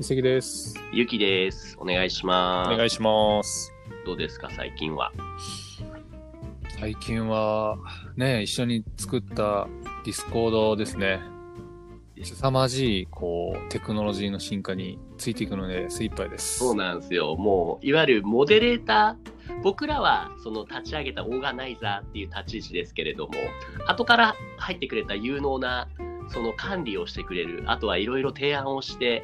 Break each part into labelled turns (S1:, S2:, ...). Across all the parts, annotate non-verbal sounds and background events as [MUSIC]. S1: 関です。
S2: ゆきです。お願いします。
S1: お願いします。
S2: どうですか、最近は。
S1: 最近は、ね、一緒に作ったディスコードですね。凄まじい、こう、テクノロジーの進化についていくので精一杯です。
S2: そうなんですよ。もう、いわゆるモデレーター、僕らはその立ち上げたオーガナイザーっていう立ち位置ですけれども、後から入ってくれた有能な、その管理をしてくれる、あとはいろいろ提案をして、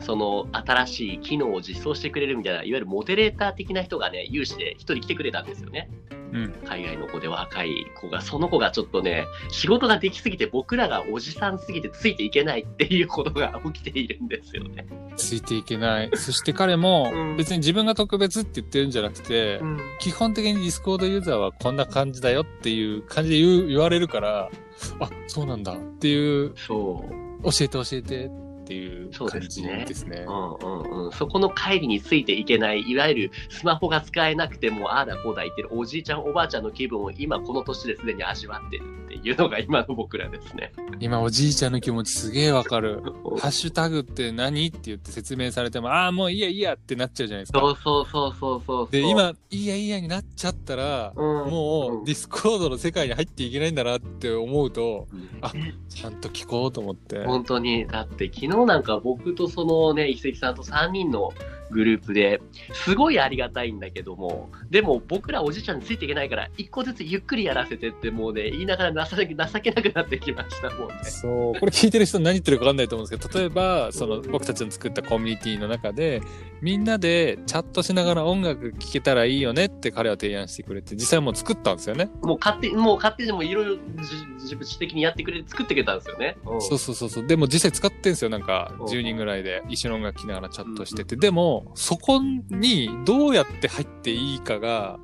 S2: その新しい機能を実装してくれるみたいな、いわゆるモデレーター的な人がね、有志で一人来てくれたんですよね。
S1: うん。
S2: 海外の子で若い子が、その子がちょっとね、仕事ができすぎて、僕らがおじさんすぎてついていけないっていうことが起きているんですよね。
S1: ついていけない。そして彼も
S2: うん、
S1: 別に自分が特別って言ってるんじゃなくて、基本的にディスコードユーザーはこんな感じだよっていう感じで言う言われるから、あ、そうなんだっていう、
S2: そう。
S1: 教えて教えてっていう
S2: そう
S1: 感
S2: です
S1: じ
S2: ね
S1: ですね。
S2: うんうんうん、そこの会議についていけない、いわゆるスマホが使えなくても、ああだこうだ言ってるおじいちゃん、おばあちゃんの気分を今、この年ですでに味わってるっていうのが今の僕らですね。
S1: 今おじいちゃんの気持ちすげえわかる。
S2: うん
S1: ハッシュタグって何って言って説明されても、ああ、もういいやいいやってなっちゃうじゃないです
S2: そ
S1: か。
S2: うそうそうそうそうそう。
S1: で、今、いいやいいやになっちゃったら、
S2: うん、
S1: も
S2: ん
S1: うディスコードの世界に入っていけないんだなって思うと、あ
S2: ね
S1: ちゃんと聞こうと思って。
S2: 本当にだって昨日なんか僕とそのね一石さんと3人のグループですごいありがたいんだけどもでも僕らおじいちゃんについていけないから一個ずつゆっくりやらせてってもうね言いながら情け情けなくなってきましたもんね。
S1: そう、これ聞いてる人何言ってるか分かんないと思うんですけど、例えば、その僕たちの作ったコミュニティの中で、みんなでチャットしながら音楽聴けたらいいよねって彼は提案してくれて、実際もう作ったんですよね。
S2: もう勝手もう勝手にもいろいろ自自主的にやってくれて作ってくれたんですよね。うん
S1: そうそうそうそう。でも実際使ってんですよ。なんか
S2: うん
S1: 10人ぐらいで一緒の音楽聴きながらチャットしてて。でも、そこにどうやって入っていいかが、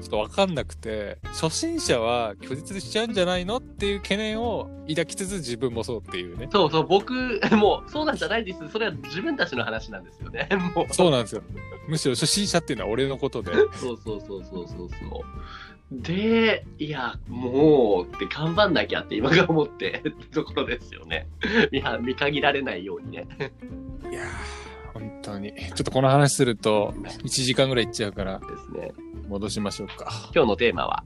S1: ちょっとわかんなくて、初心者は拒絶しちゃうんじゃないのっていう懸念を抱きつつ自分もそうっていう [LAUGHS] ね。
S2: そうそう僕 [LAUGHS] もうそうなんじゃないですそれは自分たちの話なんですよねもう
S1: そうなんですよ。むしろ初心者っていうのは俺のことで。
S2: そうそうそうそうそうそう。で、いや、もう、って頑張んなきゃって今が思ってってところですよね。 [LAUGHS] いや、見限られないようにね。
S1: いやー、本当に。ちょっとこの話すると、1時間ぐらいいっちゃうから、
S2: ですね。
S1: 戻しましょうか。
S2: 今日のテーマは、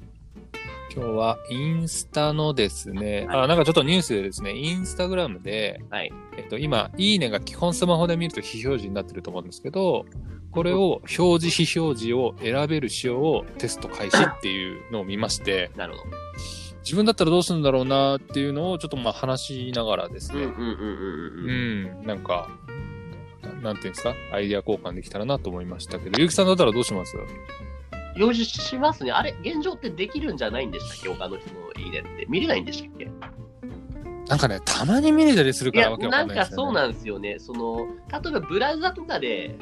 S1: 今日は、インスタのですね、
S2: はい
S1: あ、なんかちょっとニュースでですね、インスタグラムで、
S2: はい。
S1: えっと、今、いいねが基本スマホで見ると非表示になってると思うんですけど、これを表示、非表示を選べる仕様をテスト開始っていうのを見まして、
S2: なるほど。
S1: 自分だったらどうするんだろうなっていうのをちょっとまあ話しながらです
S2: うん
S1: ね
S2: うん、うんうん
S1: う
S2: う
S1: ん、
S2: ん。
S1: なんか、ななんていうんですか、アイデア交換できたらなと思いましたけど、ゆうきさんだったらどうします
S2: 用事しますね。あれ、現状ってできるんじゃないんでしたっけ他の人のいいねって。見れないんでしたっけ
S1: なんかね、たまに見れたりする
S2: い
S1: から
S2: や、
S1: わけわ
S2: な
S1: かん
S2: ん
S1: ないで
S2: か
S1: すよ、
S2: そ
S1: ね。
S2: うなんですよね。その、例えばブラウザとかで、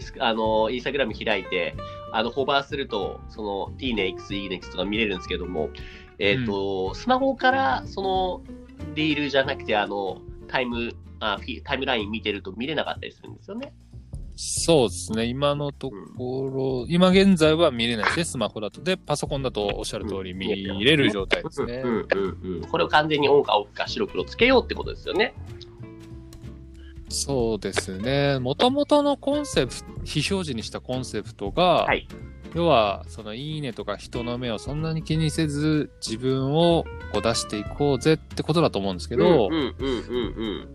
S2: すあの、インスタグラム開いて、あの、ホバーすると、その、いいね、X、いいね、X とか見れるんですけども、えっ、と、スマホから、その、リールじゃなくて、あの、タイム、あフィタイムライン見てると見れなかったりするんですよね。
S1: そうですね。今のところ、今現在は見れないですね、スマホだと。で、パソコンだとおっしゃる通り見れる状態ですね
S2: う。んうんうん。これを完全にオンかオフか白黒つけようってことですよね。
S1: そうですね。もともとのコンセプト、非表示にしたコンセプトが、
S2: はい
S1: 要は、そのいいねとか人の目をそんなに気にせず、自分をこう出していこうぜってことだと思うんですけ
S2: け
S1: ど、
S2: うんうんうんうん。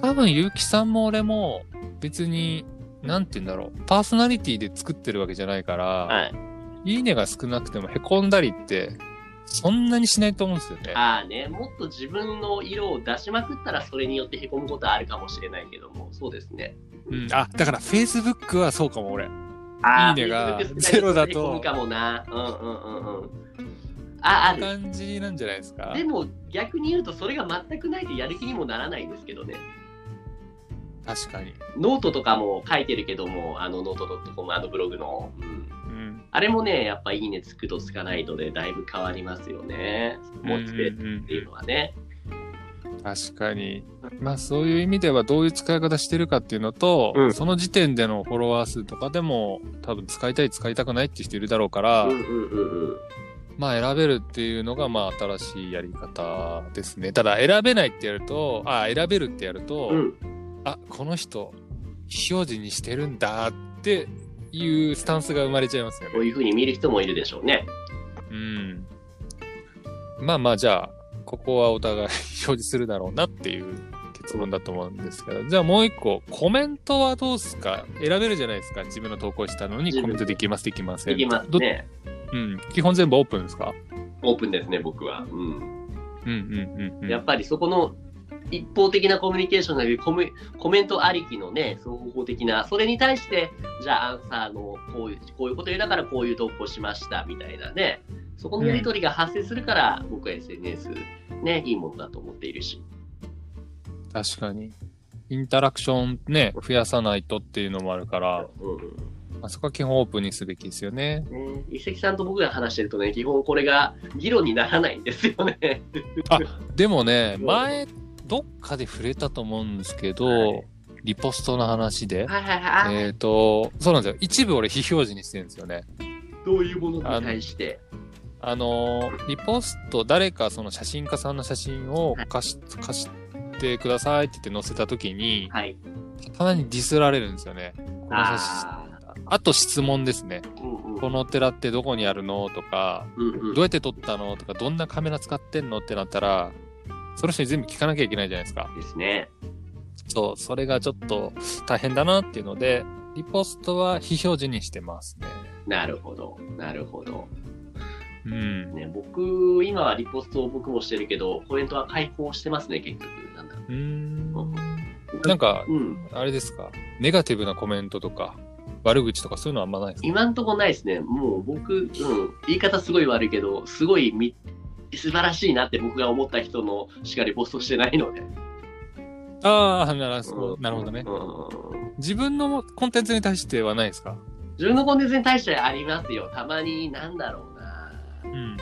S1: 多分結城さんも俺も別に、なんて言うんだろう、パーソナリティで作ってるわけじゃないから、
S2: はい。
S1: い、いねが少なくてもへこんだりって、そんなにしないと思うんですよね。
S2: ああね、もっと自分の色を出しまくったら、それによってへこむことはあるかもしれないけども、そうですね。
S1: うん、あ、だから Facebook はそうかも俺。
S2: あー
S1: いいねが
S2: Facebook
S1: ゼロだと
S2: へこむかもな。うんうんうんうん。あ、ある。
S1: 感じなんじゃないですか
S2: で。も逆に言うと、それが全くないでやる気にもならないんですけどね。
S1: 確かに。
S2: ノートとかも書いてるけども、あのノート .com、あのブログの。うん
S1: うん。
S2: あれもね、やっぱいいねつくとつかないとで、だいぶ変わりますよね。モチベーション
S1: うん
S2: っていうのはね。
S1: 確かに。まあそういう意味ではどういう使い方してるかっていうのと、
S2: うん
S1: その時点でのフォロワー数とかでも多分使いたい使いたくないって人いるだろうから、
S2: うんうんうんうん。
S1: まあ選べるっていうのがまあ新しいやり方ですね。ただ選べないってやると、あ選べるってやると、
S2: うん
S1: あこの人非表示にしてるんだっていうスタンスが生まれちゃいますよ
S2: こう
S1: ね。
S2: いうふうに見る人もいるでしょうね。
S1: うん。まあまあ、じゃあ、ここはお互い [LAUGHS] 表示するだろうなっていう結論だと思うんですけど、じゃあもう一個、コメントはどうすか選べるじゃないですか。自分の投稿したのに
S2: 自分
S1: コメントできます、できませ
S2: で
S1: ん。
S2: きます
S1: ど
S2: ね。
S1: うん。基本全部オープンですか
S2: オープンですね、僕は。うん。
S1: うんうんうん、うん。
S2: やっぱりそこの一方的なコミュニケーションだけどコメコメントありきのね、双方的な、それに対して、じゃあアンサーのこういうこういうこと言うだからこういう投稿しましたみたいなね、そこのやりとりが発生するから、僕は SNS、ね、いいものだと思っているし。
S1: 確かに。インタラクションね、増やさないとっていうのもあるから、
S2: う
S1: まあ、そこは基本オープンにすべきですよね。
S2: んね、一石さんと僕が話してるとね、基本これが議論にならないんですよね。
S1: でもね、
S2: うん
S1: 前、どっかで触れたと思うんですけど、
S2: はい
S1: リポストの話で、
S2: はいはいはい。
S1: えっ、と、そうなんですよ。一部俺非表示にしてるんですよね。
S2: どういうものに対して。
S1: あのーリポスト、誰かその写真家さんの写真を貸し、貸してくださいって言って載せた時に、
S2: はい。
S1: たまにディスられるんですよね。この写真
S2: あ
S1: あと質問ですね。
S2: あ。うんうん
S1: このお寺ってどこにあるのとか、
S2: うんうん
S1: どうやって撮ったのとか、どんなカメラ使ってんのってなったら、その人に全部聞かなきゃいけないじゃないですか。
S2: ですね。
S1: そう、それがちょっと大変だなっていうので、リポストは非表示にしてますね。
S2: なるほど。なるほど。
S1: うん。
S2: ね、僕、今はリポストを僕もしてるけど、コメントは開放してますね、結局。なんだ
S1: うーん。
S2: ろ
S1: な
S2: うん
S1: か、
S2: うん、
S1: あれですか、ネガティブなコメントとか、悪口とかそういうのはあんまないですか
S2: 今んとこないですね。もう僕、うん、言い方すごい悪いけど、すごいみ素晴らしいなって僕が思った人のしかリポストしてないので。
S1: ああ、なるほど、なるほどね。
S2: うん
S1: 自分のコンテンツに対してはないですか
S2: 自分のコンテンツに対してはありますよ。たまに、なんだろうな。
S1: うん。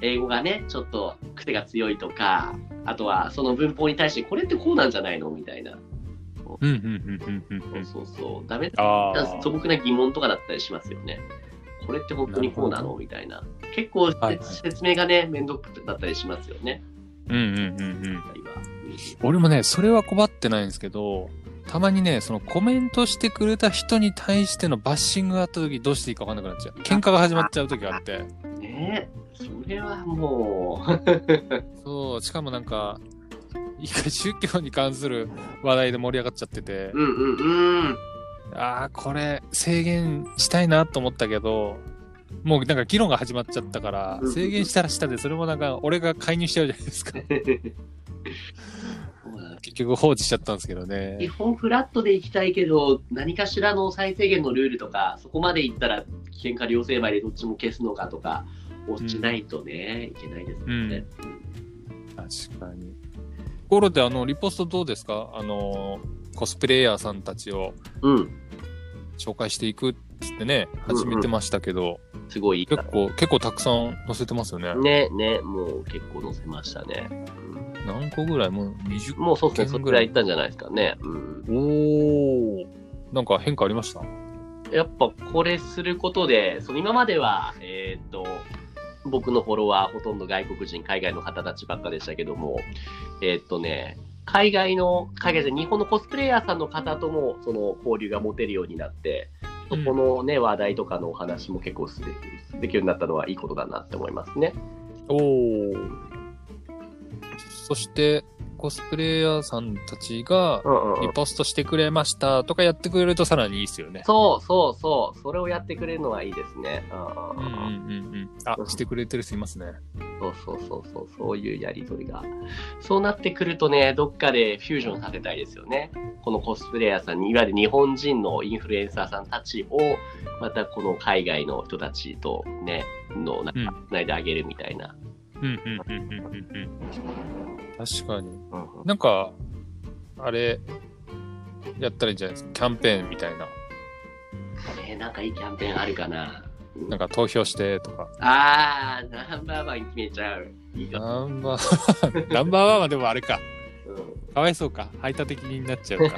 S2: 英語がね、ちょっと癖が強いとか、あとはその文法に対して、これってこうなんじゃないのみたいな。
S1: うん、うん、うん、うん、うんう。
S2: そうんそうそう。ダメ
S1: あ
S2: なんか素
S1: あ。
S2: 朴な疑問とかだったりしますよね。これって本当にこうな
S1: なる
S2: のみたいな。結構、
S1: はいはい
S2: 説明がね、面倒くだったりしますよね。
S1: うん、うん、うん、うん。
S2: あるいは
S1: 俺もね、それは困ってないんですけど、たまにね、そのコメントしてくれた人に対してのバッシングがあった時どうしていいか分かんなくなっちゃう。喧嘩が始まっちゃう時があって。
S2: うんねえ、それはもう、
S1: そう、しかもなんか、一回宗教に関する話題で盛り上がっちゃってて、
S2: うんうん [LAUGHS] うん。
S1: ああ、これ制限したいなと思ったけど、もうなんか議論が始まっちゃったから
S2: うん、
S1: 制限したらしたで、それもなんか俺が介入しちゃうじゃないですか。
S2: そうだね
S1: 結局放置しちゃったんですけど
S2: 基
S1: ね。
S2: 本フラットで行きたいけど、何かしらの最低限のルールとか、そこまで行ったら危険か両成敗でどっちも消すのかとか、落ちないとね、いけないですもんね。
S1: 確かに。ところで、あの、リポストどうですかあの、コスプレイヤーさんたちを
S2: うん、
S1: 紹介していくっつってね、始めてましたけど、
S2: すごいいい
S1: 結構、結構たくさん載せてますよね。
S2: ね、ね、もう結構載せましたね。うん
S1: 何個ぐらいもう20個。
S2: もうそうですね、
S1: 見
S2: そ
S1: ぐらい
S2: れくらい行ったんじゃないですかね。うん、
S1: おなんか変化ありました
S2: やっぱこれすることで、その今までは、えーっと、僕のフォロワーほとんど外国人、海外の方たちばっかでしたけども、えーっとね、海外の、海外で日本のコスプレイヤーさんの方とも、その交流が持てるようになって、そこのね、話題とかのお話も結構すでできるようになったのはいいことだなって思いますね。
S1: おそして、コスプレイヤーさんたちが
S2: う、んうんう
S1: リ
S2: ん。
S1: ポストしてくれましたとかやってくれるとさらにいいですよね。
S2: そうそうそう、それをやってくれるのはいいですね。う
S1: うん
S2: んう
S1: うん
S2: んうん
S1: うんうん。あ、してくれてる人いますね。
S2: そうそうそうそう、そういうやりとりが。そうなってくるとね、どっかでフュージョンさせたいですよね。このコスプレイヤーさんに、いわゆる日本人のインフルエンサーさんたちを、またこの海外の人たちとね、のなんか
S1: う
S2: つないであげるみたいな。
S1: うんうんうんうんうんうん。確かに。
S2: うんうん
S1: なんか、あれ、やったらいいんじゃないですか。キャンペーンみたいな。
S2: えーなんかいいキャンペーンあるかな。
S1: なんか投票してとか。
S2: あー、ナンバーワン決めちゃう。いいよ。
S1: ナンバー、 [LAUGHS] ナンバーワンはでもあれか。
S2: うん
S1: かわいそうか。排他的になっちゃうか。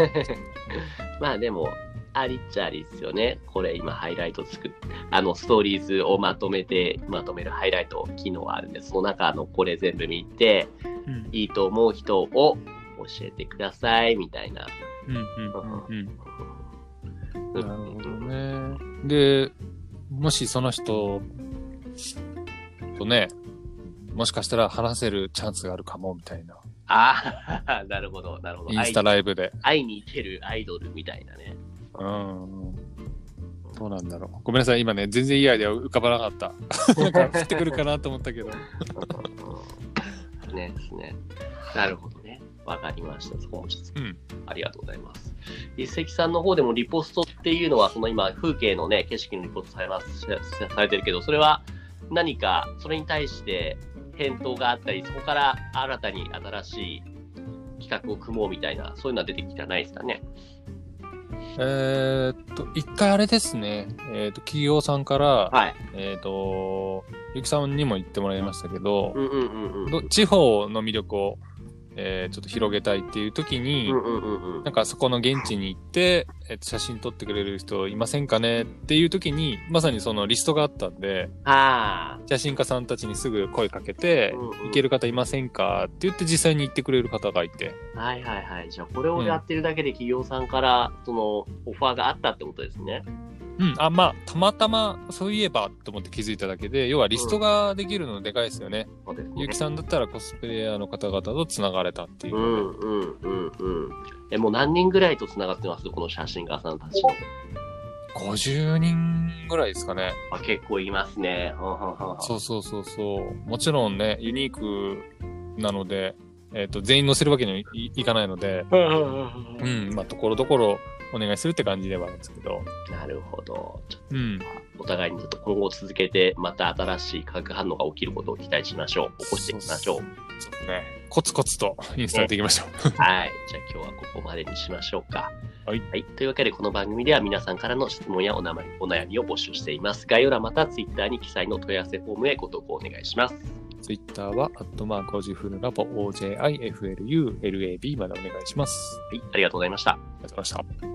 S2: まあでも、ありっちゃありですよね。これ今ハイライト作っあのストーリーズをまとめて、まとめるハイライト機能あるんで、その中のこれ全部見て、
S1: うん
S2: いいと思う人を教えてくださいみたいな。
S1: うんうんうんうん。なるほどね。で、もしその人とね、もしかしたら話せるチャンスがあるかもみたいな。
S2: ああ、 [LAUGHS] なるほど、なるほど。
S1: インスタライブで。
S2: 会いに行けるアイドルみたいなね。
S1: うん。どうなんだろう。ごめんなさい、今ね、全然いいアイデア浮かばなか [LAUGHS] った。なんか降ってくるかなと思ったけど。
S2: ねですね。なるほどね。わかりました。そこもちょっと
S1: うん。
S2: ありがとうございます。一石さんの方でもリポストっていうのは、その今、風景のね、景色のリポストされますしされてるけど、それは何か、それに対して返答があったり、そこから新たに新しい企画を組もうみたいな、そういうのは出てきてないですかね。
S1: えーっと、一回あれですね、えーっと、企業さんから、
S2: はい。
S1: えーっと、ゆきさんにも言ってもらいましたけど、
S2: うんうんうんうん。
S1: ど地方の魅力を、えーちょっと広げたいっていう時に、
S2: うんうんうんうん
S1: なんかそこの現地に行って、えーと写真撮ってくれる人いませんかねっていう時に、まさにそのリストがあったんで、
S2: あ
S1: 写真家さんたちにすぐ声かけて、
S2: うんうん
S1: 行ける方いませんかって言って実際に行ってくれる方がいて、
S2: あ、はいはいはい。じゃあ、これをやってるだけで企業さんから、その、オファーがあったってことですね。
S1: うん、あ、まあ、たまたまそういえばと思って気づいただけで、要はリストができるのでかいですよね。
S2: そうですね。
S1: ゆうきさんだったらコスプレイヤーの方々と繋がれたっていうう。
S2: んうんうんうん。え、もう何人ぐらいと繋がってますこの写真家さんたち。
S1: 50人ぐらいですかね。
S2: あ結構いますね。はんはんはんはん
S1: そうそうそうそう。もちろんね、ユニークなので、えっ、と、全員載せるわけにはいいいかないので、う
S2: うん
S1: ん、まあ、ところどころお願いするって感じではあるんですけど、
S2: なるほど。ちょっ
S1: うん、
S2: とお互いにちょっと今後続けて、また新しい化学反応が起きることを期待しましょう。起こしていきましょう。
S1: そうね、コツコツとインスタやっていきましょう。
S2: はい。じゃあ今日はここまでにしましょうか。
S1: はい
S2: というわけで、この番組では皆さんからの質問やお名前お悩みを募集しています。概要欄または Twitter に記載の問い合わせフォームへご投稿お願いします。
S1: ツイッターは、アットマークオジフルラボ OJIFLULAB までお願いします。
S2: はい。ありがとうございました。
S1: ありがとうございました。